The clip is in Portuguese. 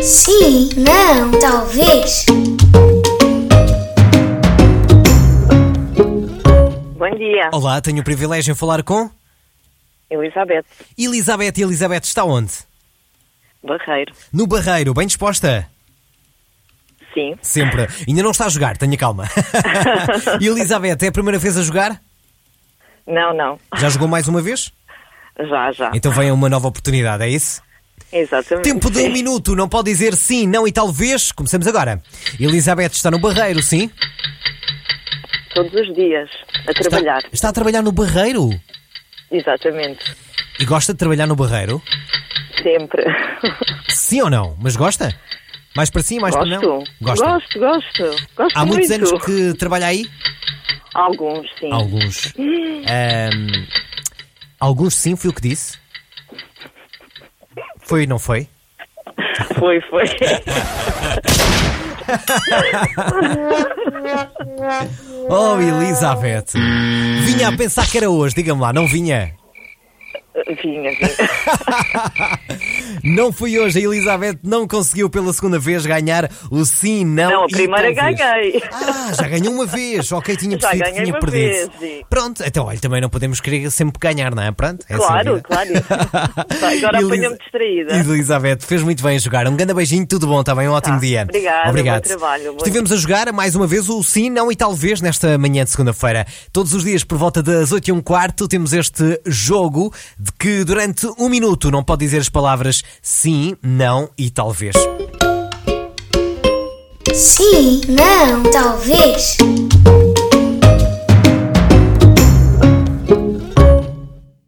Sim, não, talvez. Bom dia, Olá, tenho o privilégio de falar com Elizabeth Elizabeth. Elizabeth está onde? Barreiro. No Barreiro, bem disposta? Sim, Sempre. Ainda não está a jogar, tenha calma. Elizabeth, é a primeira vez a jogar? não, não, Já jogou mais uma vez? já, já. Então vem uma nova oportunidade, é isso? Exatamente. Tempo de um minuto, não pode dizer sim, não e talvez. Começamos agora. Elizabeth está no Barreiro, sim? Todos os dias a trabalhar. Está, está a trabalhar no Barreiro? Exatamente, E gosta de trabalhar no Barreiro? sempre. Sim ou não? Mas gosta? Mais para sim, mais para não? gosto. gosto, gosto, gosto Há muitos muito. anos que trabalha aí? Alguns, sim. Alguns. Ahm, alguns sim, foi o que disse? Foi, não foi? Foi, foi. Oh, Elizabeth! Vinha a pensar que era hoje, diga-me lá, não vinha? vinha, vinha. Não foi hoje, a Elizabeth não conseguiu pela segunda vez ganhar o sim, não. Não, a e primeira talvez. ganhei. Ah, já ganhou uma vez, ok, tinha Já perdido, ganhei tinha uma perdido. vez, sim. Pronto, então olha, também não podemos querer sempre ganhar, não é? Pronto, é assim a Claro, vida. claro. Agora apanhou-me distraída. Elizabeth, fez muito bem a jogar. Um grande beijinho, tudo bom, está bem? Um ótimo dia. Tá. obrigada, Obrigado. bom trabalho, bom- Estivemos a jogar mais uma vez o sim, não e talvez nesta manhã de segunda-feira. Todos os dias por volta das 8 e um quarto temos este jogo de que durante um minuto não pode dizer as palavras sim, não e talvez. Sim, não, talvez.